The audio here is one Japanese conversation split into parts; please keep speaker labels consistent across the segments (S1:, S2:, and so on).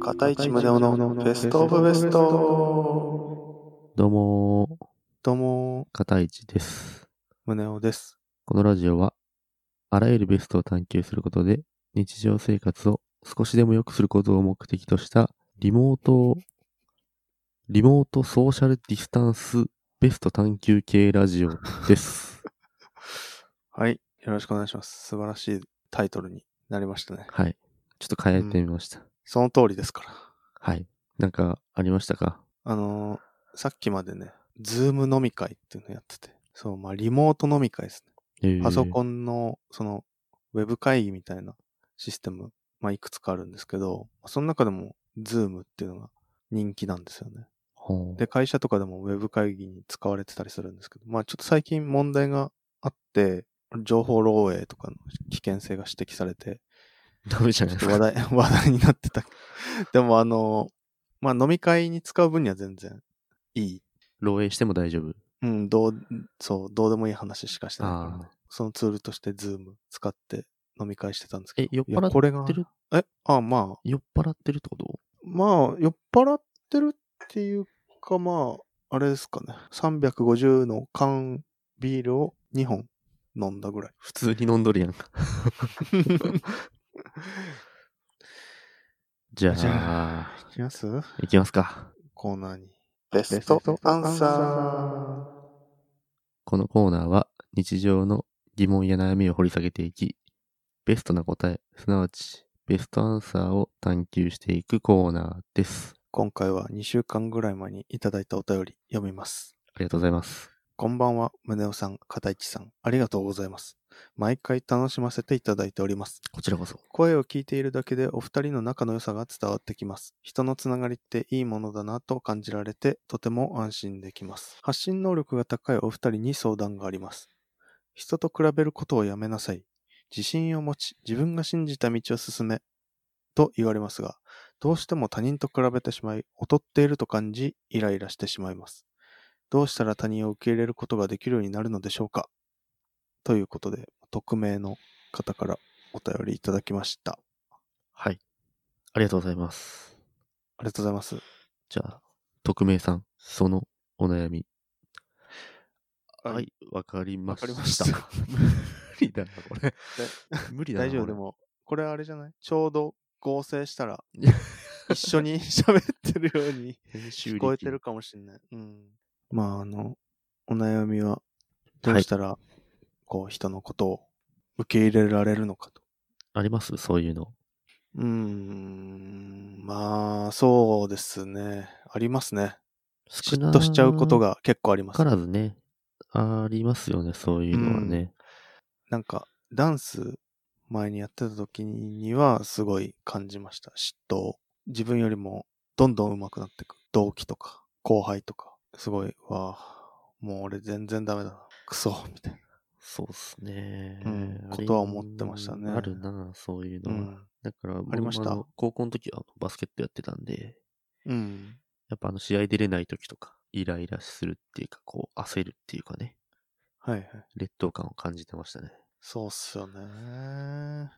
S1: 中市宗夫のベストオブベスト
S2: どうもー、
S1: どうも、
S2: 片市です。
S1: 宗男です。
S2: このラジオは、あらゆるベストを探求することで、日常生活を少しでも良くすることを目的とした、リモート、リモートソーシャルディスタンスベスト探求系ラジオ です。
S1: はい、よろしくお願いします。素晴らしいタイトルになりましたね。
S2: はい。ちょっと変えてみました。
S1: その通りですから。
S2: はい。なんか、ありましたか
S1: あのーさっきまでね、ズーム飲み会っていうのやってて、そう、まあ、リモート飲み会ですね。パソ
S2: ン。
S1: コンの、その、ウェブ会議みたいなシステム、まあ、いくつかあるんですけど、その中でも、ズームっていうのが人気なんですよね。
S2: ほう
S1: で、会社とかでもウェブ会議に使われてたりするんですけど、まあちょっと最近問題があって、情報漏洩とかの危険性が指摘されて、
S2: ダメじゃ
S1: ち
S2: な
S1: ょ
S2: い
S1: っ
S2: で
S1: と話
S2: すか。
S1: 題、話題になってた。でもあの、まあ飲み会に使う分には全然いい。
S2: 漏洩しても大丈夫。
S1: うん、どう、そう、どうでもいい話しかしてないからね、
S2: あ
S1: そのツールとして Zoom 使って飲み会してたんです
S2: ー
S1: け
S2: え、酔っ
S1: ど。い
S2: 払
S1: やこれが
S2: ってる、
S1: え、あ、まあ、
S2: 酔っ払ってるってこと
S1: まあ、酔っ払ってるっていうか、まあ、あれですかね。350の缶ビールを2本飲んだぐらい。
S2: 普通に飲んどるやん か。じゃ
S1: じゃ
S2: あ、
S1: いきます
S2: いきますか。
S1: コーナーに。ベ
S2: スト
S1: アンサ
S2: このコーナーは日常の疑問や悩みを掘り下げていき、ベストな答え、すなわちベストアンサーを探求していくコーナーです。
S1: 今回は2週間ぐらい前にいただいたお便り読みます。
S2: ありがとうございます。
S1: こんばんは、宗男さん、片市さん、ありがとうございます。毎回楽しませていただいております。
S2: こちらこそ。
S1: 声を聞いているだけでお二人の仲の良さが伝わってきます。人のつながりっていいものだなと感じられて、とても安心できます。発信能力が高いお二人に相談があります。人と比べることをやめなさい。自信を持ち、自分が信じた道を進め。と言われますが、どうしても他人と比べてしまい、劣っていると感じ、イライラしてしまいます。どうしたら他人を受け入れることができるようになるのでしょうかということで、匿名の方からお便りいただきました。
S2: はい。ありがとうございます。
S1: ありがとうございます。
S2: じゃあ、匿名さん、そのお悩み。
S1: はい
S2: はい、わかりました。
S1: わかりました
S2: 無理だな、これ。無理だな。
S1: 大丈夫
S2: これ
S1: で。も、これあれじゃないちょうど合成したら
S2: いや、
S1: 一緒に 喋ってるよう に
S2: 編集
S1: 聞
S2: 力
S1: こえてるかもしれない。うん。まあ、あの、お悩みは、どうしたら、こう、人のことを受け入れられるのかと。
S2: ありますそういうの。
S1: うーん、まあ、そうですね。ありますね。
S2: 少
S1: 嫉妬しちゃうこと
S2: が。
S1: が結構あります
S2: か。らずね、ありますよね、そういうのはね。
S1: なんか、ダンス前にやってた時にはすごい感じました。嫉妬を。自分よりもどんどん上手くなっていく。同期とか、後輩とか。すごい、わあ、もう俺全然ダメだな。クソ、みたい
S2: そうっすね、
S1: うん
S2: あれ
S1: ことは思ってましたね
S2: あるな、そういう
S1: な。
S2: の
S1: う
S2: は。
S1: ん。
S2: だから僕も、
S1: ありました
S2: あの高校の時はバスケットやってたんで、
S1: うん。
S2: やっぱあの試合出れない時とか、イライラするっていうか、こう焦るっていうかね、
S1: はいはい。
S2: 劣等感を感じてましたね。
S1: そうっすよね。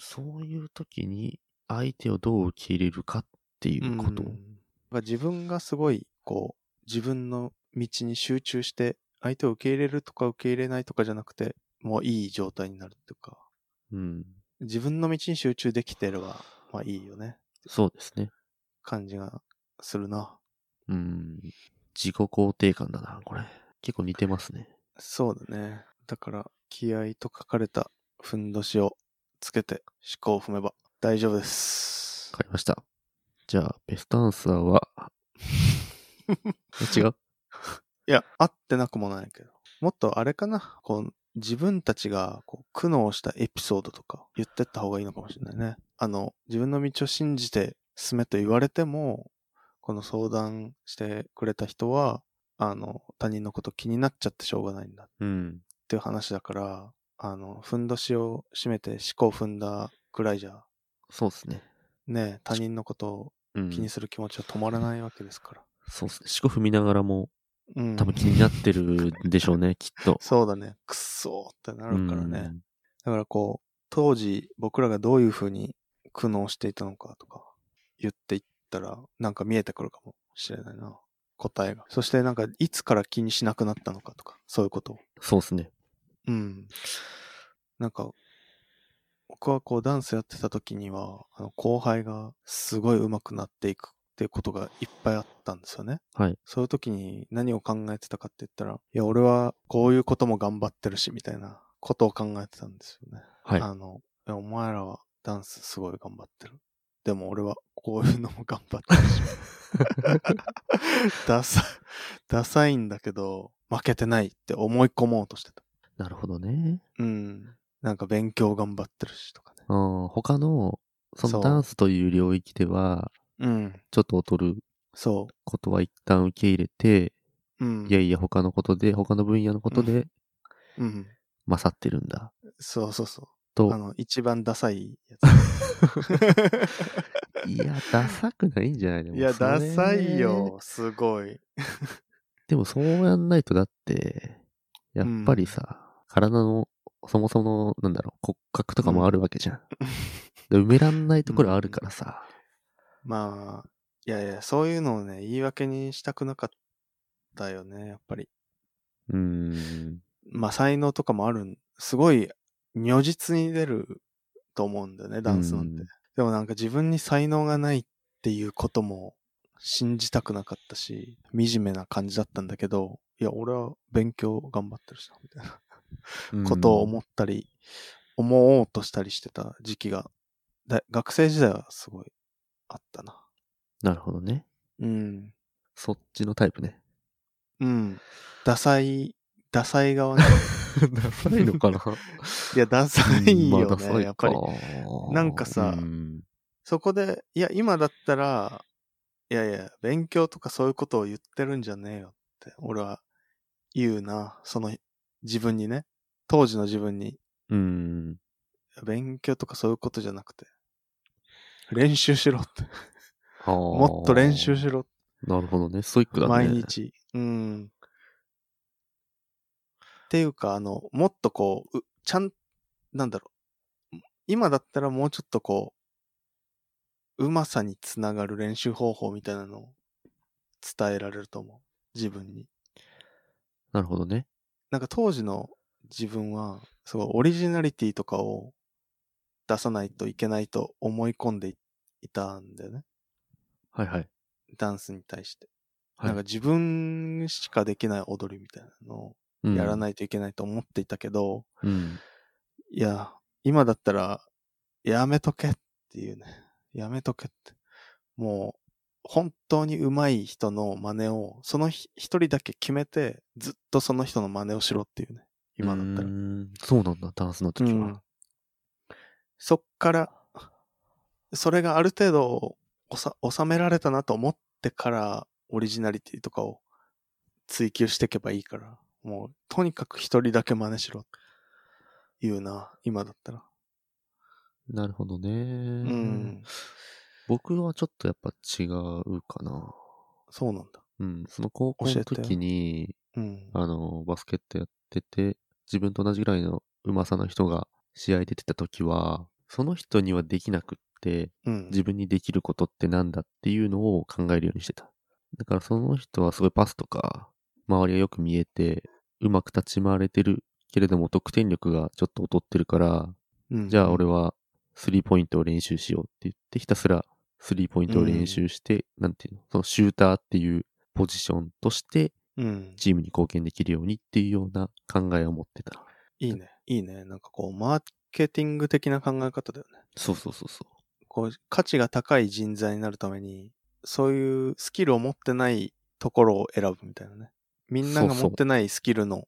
S2: そういう時に、相手をどう受け入れるかっていうことを。
S1: うんなんか自分がすごい、こう、自分の道に集中して、相手を受け入れるとか受け入れないとかじゃなくて、もういい状態になるっていうか。
S2: うん。
S1: 自分の道に集中できてれば、まあいいよね。
S2: そうですね。
S1: 感じがするな。
S2: うん。自己肯定感だな、これ。結構似てますね。
S1: そうだね。だから、気合と書かれたふんどしをつけて思考を踏めば大丈夫です
S2: わ。かりました。じゃあ、ベストアンサーは、 え違う
S1: いや、あってなくもないけど。もっとあれかな。こう、自分たちがこう苦悩したエピソードとか言ってった方がいいのかもしれないね。あの、自分の道を信じて進めと言われても、この相談してくれた人は、あの、他人のこと気になっちゃってしょうがないんだ
S2: うん。
S1: っていう話だから、あの、ふんどしを締めて思考を踏んだくらいじゃ、
S2: そうですね。
S1: ねえ、他人のことを
S2: うん。
S1: 気にする気持ちは止まらないわけですから。
S2: そうですね。四股踏みながらも、
S1: うん。
S2: 多分気になってるでしょう ね、きっと。
S1: そうだね。くっそーってなるからね。
S2: うん。
S1: だからこう、当時僕らがどういうふうに苦悩していたのかとか、言っていっったら、なんか見えてくるかもしれないな。答えが。そしてなんか、いつから気にしなくなったのかとか、そういうことを。
S2: そうですね。
S1: うん。なんか、僕はこうダンスやってた時には、あの後輩がすごい上手くなっていくっていうことがいっぱいあったんですよね。
S2: はい。
S1: そういう時に何を考えてたかって言ったら、いや、俺はこういうことも頑張ってるし、みたいなことを考えてたんですよね。
S2: はい。
S1: あの、いやお前らはダンスすごい頑張ってる。でも俺はこういうのも頑張ってる し。ダサ、ダサいんだけど、負けてないって思い込もうとしてた。
S2: なるほどね。
S1: うん。なんか勉強頑張ってるしとかね。
S2: うん。他の、そ
S1: そ
S2: の
S1: う
S2: ダンスという領域では、
S1: うん。
S2: ちょっと劣る
S1: そ
S2: ことは一旦受け入れて、
S1: う。うん。
S2: いやいや、他のことで、他の分野のこと
S1: う
S2: で、
S1: うん。
S2: 勝ってるんだ。
S1: そうそうそ
S2: と
S1: う。あ、の、一番ダサいや
S2: いや、ダサくないんじゃないで
S1: つ。
S2: も
S1: いや、
S2: それ
S1: ダサいよ。すごい。
S2: でもそうやんないとだって、やっぱりさ、体の、そもそもの、なんだろう、骨格とかもあるわけじゃん。 で埋めらんないところあるからさ。
S1: まあ、いやいや、そういうのをね、言い訳にしたくなかったよね、やっぱり。
S2: うーん。
S1: まあ、才能とかもあるん、すごい、如実に出ると思うんだよね、ダンスなんて。
S2: うん
S1: でもなんか自分に才能がないっていうことも信じたくなかったし、惨めな感じだったんだけど、いや、俺は勉強頑張ってるしな、みたいなことを思ったり、思おうとしたりしてた時期が、だ学生時代はすごいあったな。
S2: なるほどね。
S1: うん。
S2: そっちのタイプ ね。
S1: うん。ダサい、ダサい側ね。
S2: ダサいのか な
S1: いや、ダサい
S2: まあ
S1: よ
S2: ダ
S1: ね、
S2: サいか
S1: やっぱり。なんかさ
S2: うん
S1: そこで、いや、今だったら、いやいや、勉強とかそういうことを言ってるんじゃねえよって、俺は言うな。その、自分にね、当時の自分に、
S2: うん。
S1: 勉強とかそういうことじゃなくて、練習しろって。も
S2: も
S1: っと練習しろって、
S2: なるほどね。ストイックだね。
S1: 毎。日。うん。っていうか、あの、もっとこう、うちゃん、なんだろう。今だったらもうちょっとこう、うまさにつながる練習方法みたいなのを伝えられると思う。自分に。
S2: なるほどね。
S1: なんか当時の自分は、すごいオリジナリティとかを出さないといけないと思い込んでいいたんだよね。
S2: はいはい。
S1: ダンスに対して。
S2: はい
S1: なんか自分しかできない踊りみたいなのをやら
S2: い。
S1: ないといけないと思っていたけど、
S2: うん。
S1: いや、今だったら、やめとけっていうね。やめとけって。もう、本当に上手い人の真似を、そのひ一人だけ決めて、ずっとその人の真似をしろっていうね。今だったら
S2: う。んそうなんだ、ダンスの時
S1: うん
S2: は。
S1: そっから、それがある程度おさ収められたなと思ってから、オリジナリティとかを追求していけばいいから、もう、とにかく一人だけ真似しろ。言うな、今だったら。
S2: なるほどね。う
S1: うん。。
S2: 僕はちょっとやっぱ違うかな。
S1: そうなんだ。
S2: うん。その高校
S1: 教
S2: の
S1: えて
S2: 時に、
S1: うん。
S2: あの、バスケットやってて、自分と同じぐらいのうまさの人が試合出てた時は、その人にはできなくって、
S1: うん。
S2: 自分にできることってなんだっていうのを考えるようにしてた。だからその人はすごいパスとか、周りがよく見えて、うまく立ち回れてるけれども得点力がちょっと劣ってるから、
S1: うん
S2: じゃあ俺はスリーポイントを練習しようって言って、ひたすらスリーポイントを練習して、なんていうの、そのシューターっていうポジションとして
S1: うん。
S2: チームに貢献できるようにっていうような考えを持ってた。
S1: いいね。いいね。なんかこう、マーケティング的な考え方だよね。
S2: そうそうそうそ
S1: こう、価値が高い人材になるために、そういうスキルを持ってないところを選ぶみたいなね。みんなが
S2: そうそ
S1: 持
S2: う。
S1: ってないスキルの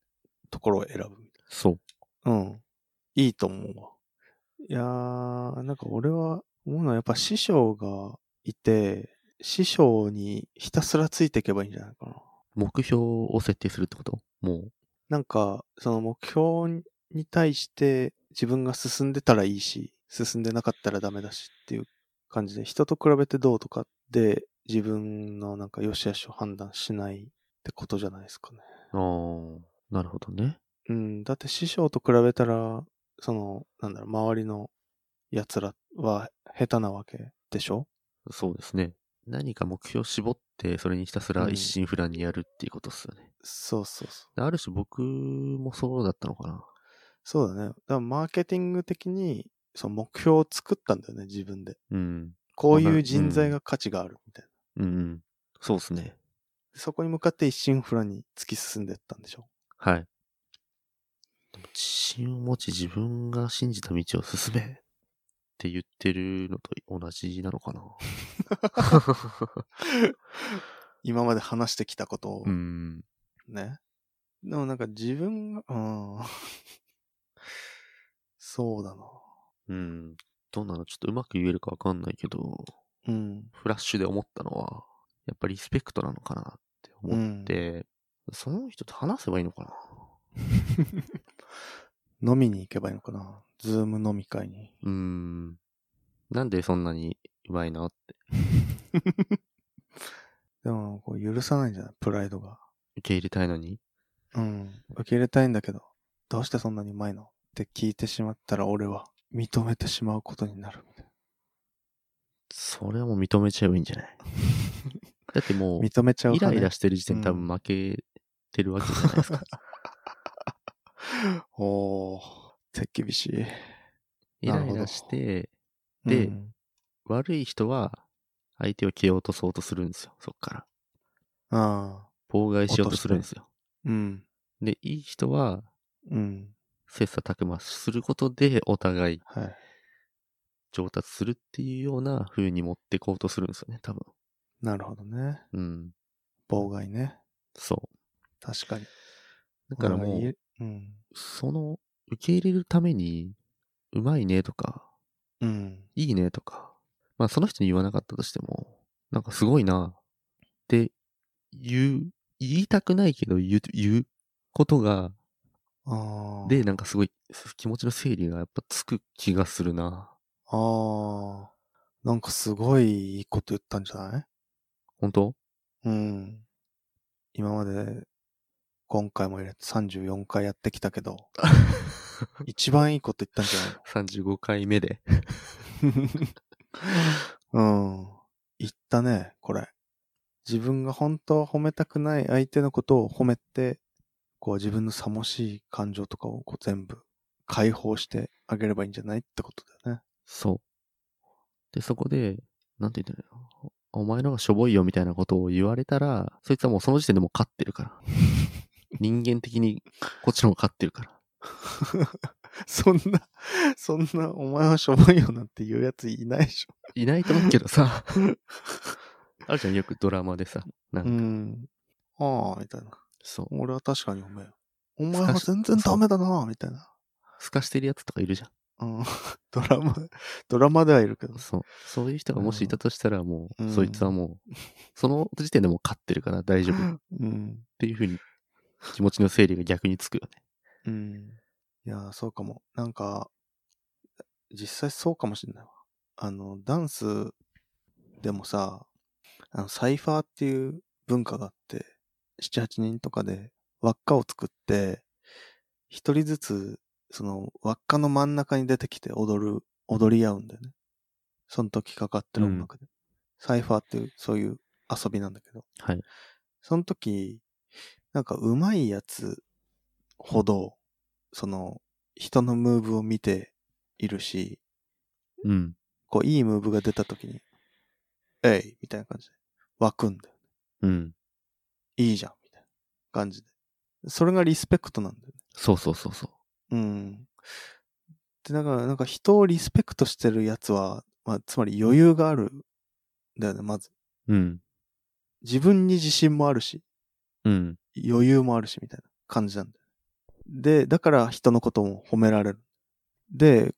S1: ところを選ぶみたいう
S2: そう。
S1: な。うん。いいと思うわ。いやー、なんか俺は思うのはやっぱ師匠がいて、師匠にひたすらついていけばいいんじゃないかな。
S2: 目標を設定するってこともう。
S1: なんか、その目標に対して自分が進んでたらいいし、進んでなかったらダメだしっていう感じで、人と比べてどうとかで自分のなんか良し悪しを判断しないってことじゃないですかね。
S2: ああ、なるほどね。
S1: うん、だって師匠と比べたら、その、なんだろう、周りの奴らは下手なわけでしょ
S2: そうですね。何か目標を絞って、それにひたすら一心不乱にやるっていうことっすよね。
S1: そうそうそう。
S2: である種僕もそうだったのかな。
S1: そうだね。だからマーケティング的に、その目標を作ったんだよね、自分で。
S2: うん。
S1: こう
S2: わか
S1: いう
S2: る
S1: 人材が価値があるみたいな。
S2: うんうん。そうですね。
S1: そこに向かって一心不乱に突き進んでったんでしょ。
S2: はい。でも自信を持ち自分が信じた道を進めって言ってるのと同じなのかな。
S1: 今まで話してきたことを
S2: うん。
S1: ね。でもなんか自分が、うん。そうだな。
S2: うん。どうなのちょっとうまく言えるかわかんないけど、
S1: うん。
S2: フラッシュで思ったのは、やっぱりリスペクトなのかなって
S1: う
S2: 思っ
S1: ん、
S2: て、その人と話せばいいのかな。
S1: 飲みに行けばいいのかな。ズーム飲み会に。
S2: うん。なんでそんなにうまいのって
S1: でも、こう許さないんじゃないプライドが。
S2: 受け入れたいのに。
S1: うん。受け入れたいんだけど、どうしてそんなにうまいのって聞いてしまったら俺は認めてしまうことになる。
S2: それはもう認めちゃえばいいんじゃない だってもう、
S1: 認めちゃう
S2: イ
S1: か、
S2: ラ
S1: ね、
S2: イラしてる時点で多
S1: う
S2: 分負けてるわけじゃないですか。
S1: おー、手厳しい。
S2: イ
S1: なる
S2: ラ
S1: ほど
S2: イラして、で
S1: うん
S2: 悪い人は相手を蹴落とそうとするんですよ。そっから。
S1: ああ、
S2: 妨害しようとするんですよ。
S1: うん、
S2: で、いい人は
S1: うん、
S2: 切磋琢磨することでお互い
S1: はい。
S2: 上達するっていうような風に持ってこうとするんですよね、多分。
S1: なるほどね。
S2: うん。
S1: 妨害ね。
S2: そう。
S1: 確かに。
S2: だからも
S1: 俺が言
S2: う
S1: え、うん、
S2: その、受け入れるために、うまいねとか、
S1: うん、
S2: いいねとか、まあその人に言わなかったとしても、なんかすごいなって言う、言いたくないけど言う、言うことが、
S1: ああ、
S2: で、なんかすごい気持ちの整理がやっぱつく気がするな。
S1: ああ、なんかすごいいいこと言ったんじゃない
S2: 本当
S1: うん。今まで、今回も入れて34回やってきたけ ど、一番いいこと言ったんじゃない
S2: ?35 回目で。
S1: うん。言ったね、これ。自分が本当は褒めたくない相手のことを褒めて、こう自分のさもしい感情とかをこう全部解放してあげればいいんじゃないってことだよね。
S2: そう。で、そこで、なんて言うんだろう。お前のがしょぼいよみたいなことを言われたら、そいつはもうその時点でもう勝ってる から。人間的にこっちの方が勝ってるから。
S1: そんな、そんなお前はしょぼいよなんて言うやついないでしょ。
S2: いないと思うけど さ。あるじゃん、よくドラマでさ。なん
S1: う
S2: か、
S1: ん。ああ、みたいな。
S2: そう。
S1: 俺は確かにおめえ。お前は全然ダメだな、みたいな。
S2: すかしてるやつとかいるじゃ
S1: うん。 ドラマ、ドラマではいるけど
S2: ん。。そう。そういう人がもしいたとしたら、もう、
S1: うん
S2: そいつはもう、その時点でもう勝ってるから大丈夫っ
S1: うん。
S2: ていうふうに、気持ちの整理が逆につくよね。
S1: うん。いやー、そうかも。なんか、実際そうかもしれないわ。あの、ダンスでもさ、あの、サイファーっていう文化があって、7、8人とかで輪っかを作って、一人ずつ、その輪っかの真ん中に出てきて踊る、踊り合うんだよね。その時かかってる音楽で。サイファーっていう、そういう遊びなんだけど。
S2: はい。
S1: その時、なんか上手いやつほど、その、人のムーブを見ているし、
S2: うん。
S1: こう、いいムーブが出た時に、えいみたいな感じで、湧くんだよ。
S2: うん。
S1: いいじゃんみたいな感じで。それがリスペクトなんだよね。
S2: そうそうそうそう。
S1: うん。で、だから、なんか人をリスペクトしてるやつは、まあ、つまり余裕があるんだよね、まず。
S2: うん。
S1: 自分に自信もあるし、
S2: うん。
S1: 余裕もあるしみたいな感じなんだよ。で、だから人のことも褒められる。で、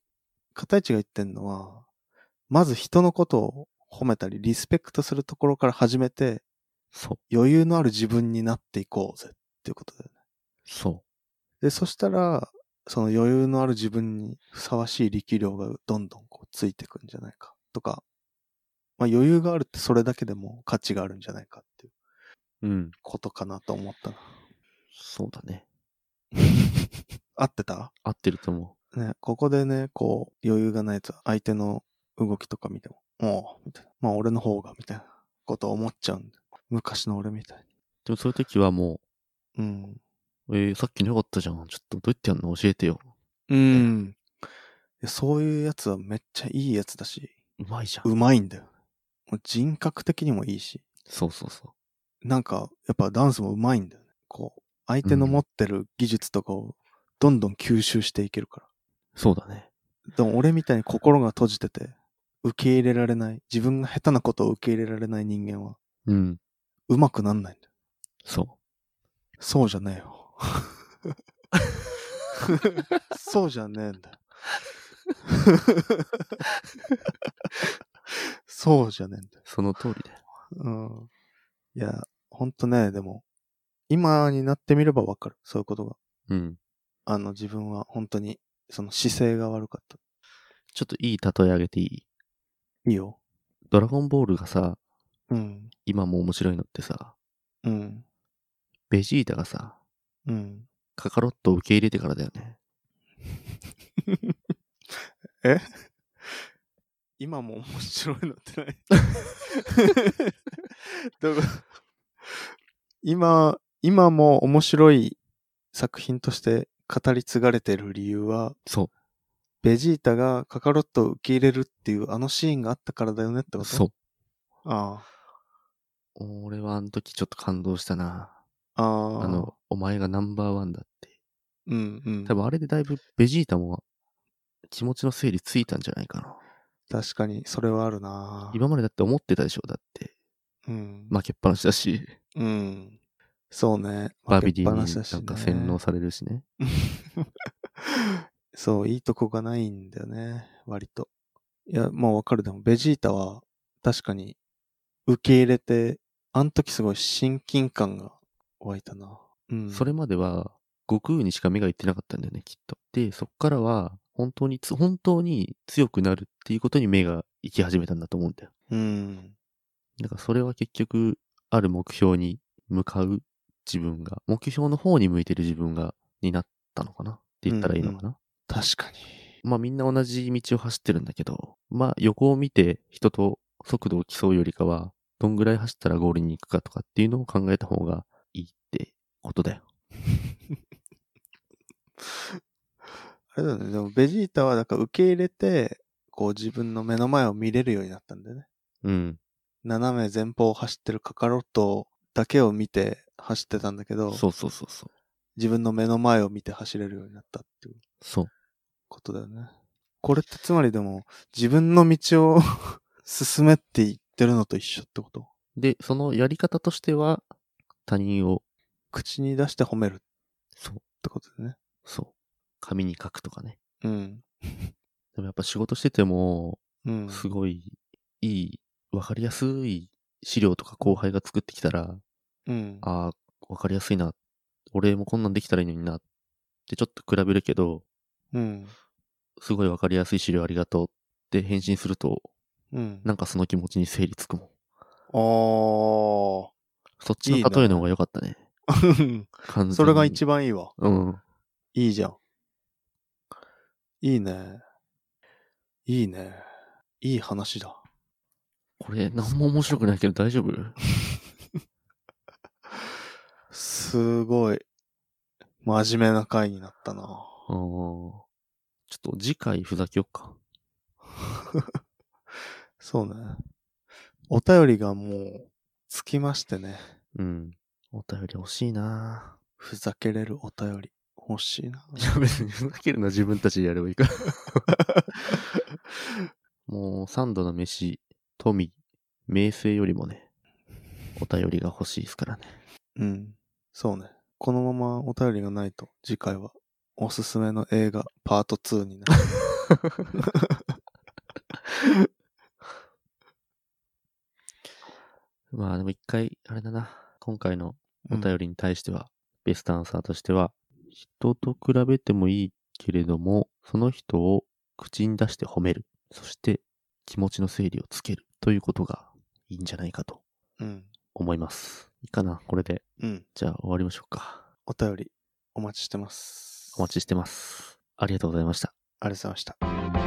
S1: 片市が言ってんのは、まず人のことを褒めたり、リスペクトするところから始めて、
S2: そう。
S1: 余裕のある自分になっていこうぜっていうことだよね。
S2: そ
S1: で、そしたら、その余裕のある自分にふさわしい力量がどんどんこうついてくんじゃないかとか、まあ余裕があるってそれだけでも価値があるんじゃないかっていう
S2: う。うん。
S1: ことかなと思ったな。
S2: そうだね。
S1: 合ってた
S2: 合ってると思
S1: ね、ここでね、こう、余裕がないやつは相手の動きとか見ても、おうみたいな。まあ、俺の方が、みたいなことを思っちゃうんだ。昔の俺みたい
S2: でもそういう時はも
S1: に。うん。
S2: う、えー、さっきのよかったじゃん。ちょっとどうやってやるの教えてよ。
S1: うん。いやそういうやつはめっちゃいいやつだし、
S2: うまいじゃん。
S1: うまいんだよ。もう人格的にもいいし、
S2: そうそうそ
S1: なんか、やっぱダンスもうまいんだよね。こう、相手の持ってる技術とかをどんどん吸収していけるから。
S2: う。そうだね。
S1: でも俺みたいに心が閉じてて、受け入れられない、自分が下手なことを受け入れられない人間は、
S2: うん。
S1: うまくなんないんだよ。
S2: そ
S1: そうじゃねえよ。そうじゃねえんだよ。そうじゃねえんだよ
S2: う。。その通りだよ。
S1: うん。いや、ほんとね、でも、今になってみればわかる。そういうことが。
S2: うん。
S1: あの、自分は本当に、その姿勢が悪かった。
S2: ちょっといい例えあげていい
S1: いいよ。
S2: ドラゴンボールがさ、
S1: うん。
S2: 今も面白いのってさ、
S1: うん。
S2: ベジータがさ、
S1: うん。
S2: カカロットを受け入れてからだよね。
S1: 今も面白いのってない どういうこと今、今も面白い作品として語り継がれてる理由は、
S2: そ
S1: ベジータがカカロットを受け入れるっていうあのシーンがあったからだよねってこ
S2: う。
S1: と。
S2: そう
S1: あ
S2: 俺はあの時ちょっと感動したな。
S1: あ。ああ。
S2: あ、の、お前がナンバーワンだって。
S1: うんうん。
S2: 多分あれでだいぶベジータも気持ちの整理ついたんじゃないかな。
S1: 確かに、それはあるな
S2: 今までだって思ってたでしょだって。
S1: うん。
S2: 負けっぱなし だし、
S1: うん。そうね。
S2: バビディに
S1: 負けっぱしだし
S2: な
S1: ね
S2: んか洗脳されるしね。
S1: そう、いいとこがないんだよね、割と。いや、まあわかる。でも、ベジータは確かに受け入れて、あの時すごい親近感が湧いたな。うん。
S2: それまでは、悟空にしか目がいってなかったんだよね、きっと。で、そっからは、本当につ、本当に強くなるっていうことに目が行き始めたんだと思うんだよ。
S1: うん。
S2: だからそれは結局、ある目標に向かう自分が、目標の方に向いてる自分が、になったのかなって言ったらいいのかな。
S1: 確かに。
S2: まあみんな同じ道を走ってるんだけど、まあ横を見て人と速度を競うよりかは、どんぐらい走ったらゴールに行くかとかっていうのを考えた方がいいってことだよ。
S1: あれだよね。でも、ベジータはだから受け入れて、こう自分の目の前を見れるようになったんだよね。
S2: うん。
S1: 斜め前方を走ってるカカロットだけを見て走ってたんだけど、
S2: そうそうそうそう。
S1: 自分の目の前を見て走れるようになったっていう。
S2: そう。
S1: ことだよね。これってつまりでも、自分の道を 進めって言ってるのと一緒ってこと
S2: で、そのやり方としては、他人を、
S1: 口に出して褒めるっ
S2: そう、
S1: てことだよね。
S2: そう、紙に書くとかね。
S1: うん。
S2: でもやっぱ仕事してても、
S1: うん。
S2: すごい、いい、わかりやすい資料とか後輩が作ってきたら、
S1: うん。
S2: ああ、わかりやすいな。俺もこんなんできたらいいのにな。ってちょっと比べるけど、
S1: うん。
S2: すごいわかりやすい資料ありがとうって返信すると、
S1: うん。
S2: なんかその気持ちに整理つくもん。
S1: あー。
S2: そっちの例えの方が良かったね。完全 に
S1: それが一番いいわ。
S2: うん。
S1: いいじゃん。いいね。いいね。いい話だ。
S2: これ、なんも面白くないけど大丈夫
S1: すごい。真面目な回になったな。
S2: あーちょっと次回ふざけよっか。
S1: そうね。お便りがもう、つきましてね。
S2: うん。お便り欲しいな
S1: ふざけれるお便り欲しいな。
S2: いや別にふざけるのは自分たちでやればいいから。もう三度の飯、富、名声よりもね、お便りが欲しいですからね。
S1: うん。そうね。このままお便りがないと、次回はおすすめの映画パート2に なる。
S2: まあでも一回、あれだな。今回のお便りに対しては、ベストアンサーとしては、人と比べてもいいけれども、その人を口に出して褒める。そして気持ちの整理をつけるということがいいんじゃないかと
S1: うん。
S2: 思います。いいかなこれで。
S1: うん。
S2: じゃあ終わりましょうか。
S1: お便りお待ちしてます。
S2: お待ちしてます。ありがとうございました。
S1: ありがとうございました。